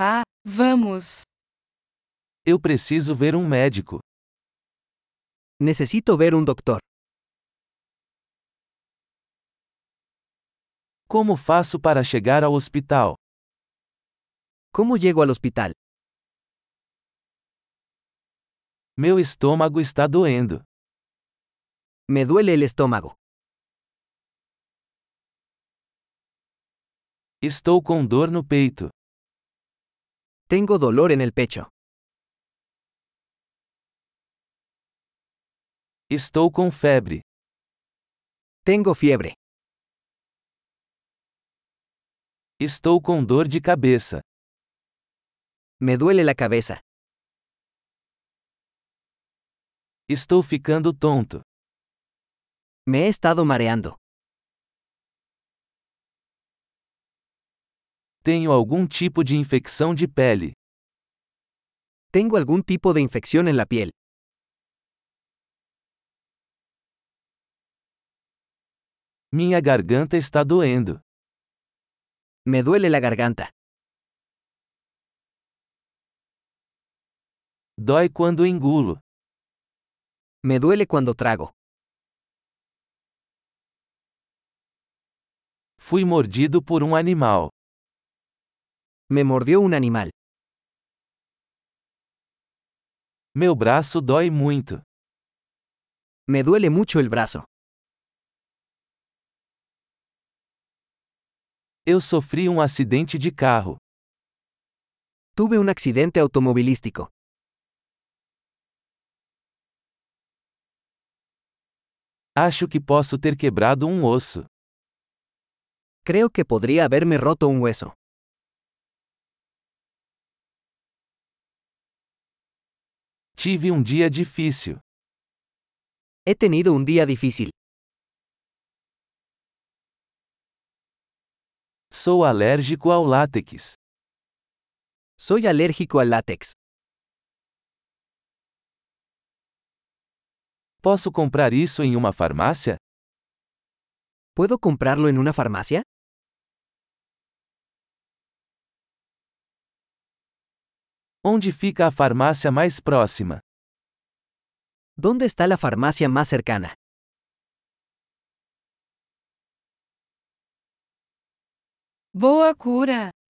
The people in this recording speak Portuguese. Ah, vamos. Eu preciso ver um médico. Necesito ver un doctor. Como faço para chegar ao hospital? ¿Cómo llego al hospital? Meu estômago está doendo. Me duele el estómago. Estou com dor no peito. Tengo dolor en el pecho. Estou com febre. Tengo fiebre. Estou com dor de cabeça. Me duele la cabeza. Estou ficando tonto. Me he estado mareando. Tenho algum tipo de infecção de pele. Tengo algún tipo de infección en la piel. Minha garganta está doendo. Me duele la garganta. Dói quando engulo. Me duele cuando trago. Fui mordido por um animal. Me mordió un animal. Meu braço dói muito. Me duele mucho el brazo. Eu sofri um acidente de carro. Tuve un accidente automovilístico. Acho que posso ter quebrado um osso. Creo que podría haberme roto un hueso. Tive um dia difícil. He tenido un día difícil. Sou alérgico ao látex. Soy alérgico al látex. Posso comprar isso em uma farmácia? ¿Puedo comprarlo en una farmacia? Onde fica a farmácia mais próxima? ¿Dónde está la farmacia más cercana? Boa cura!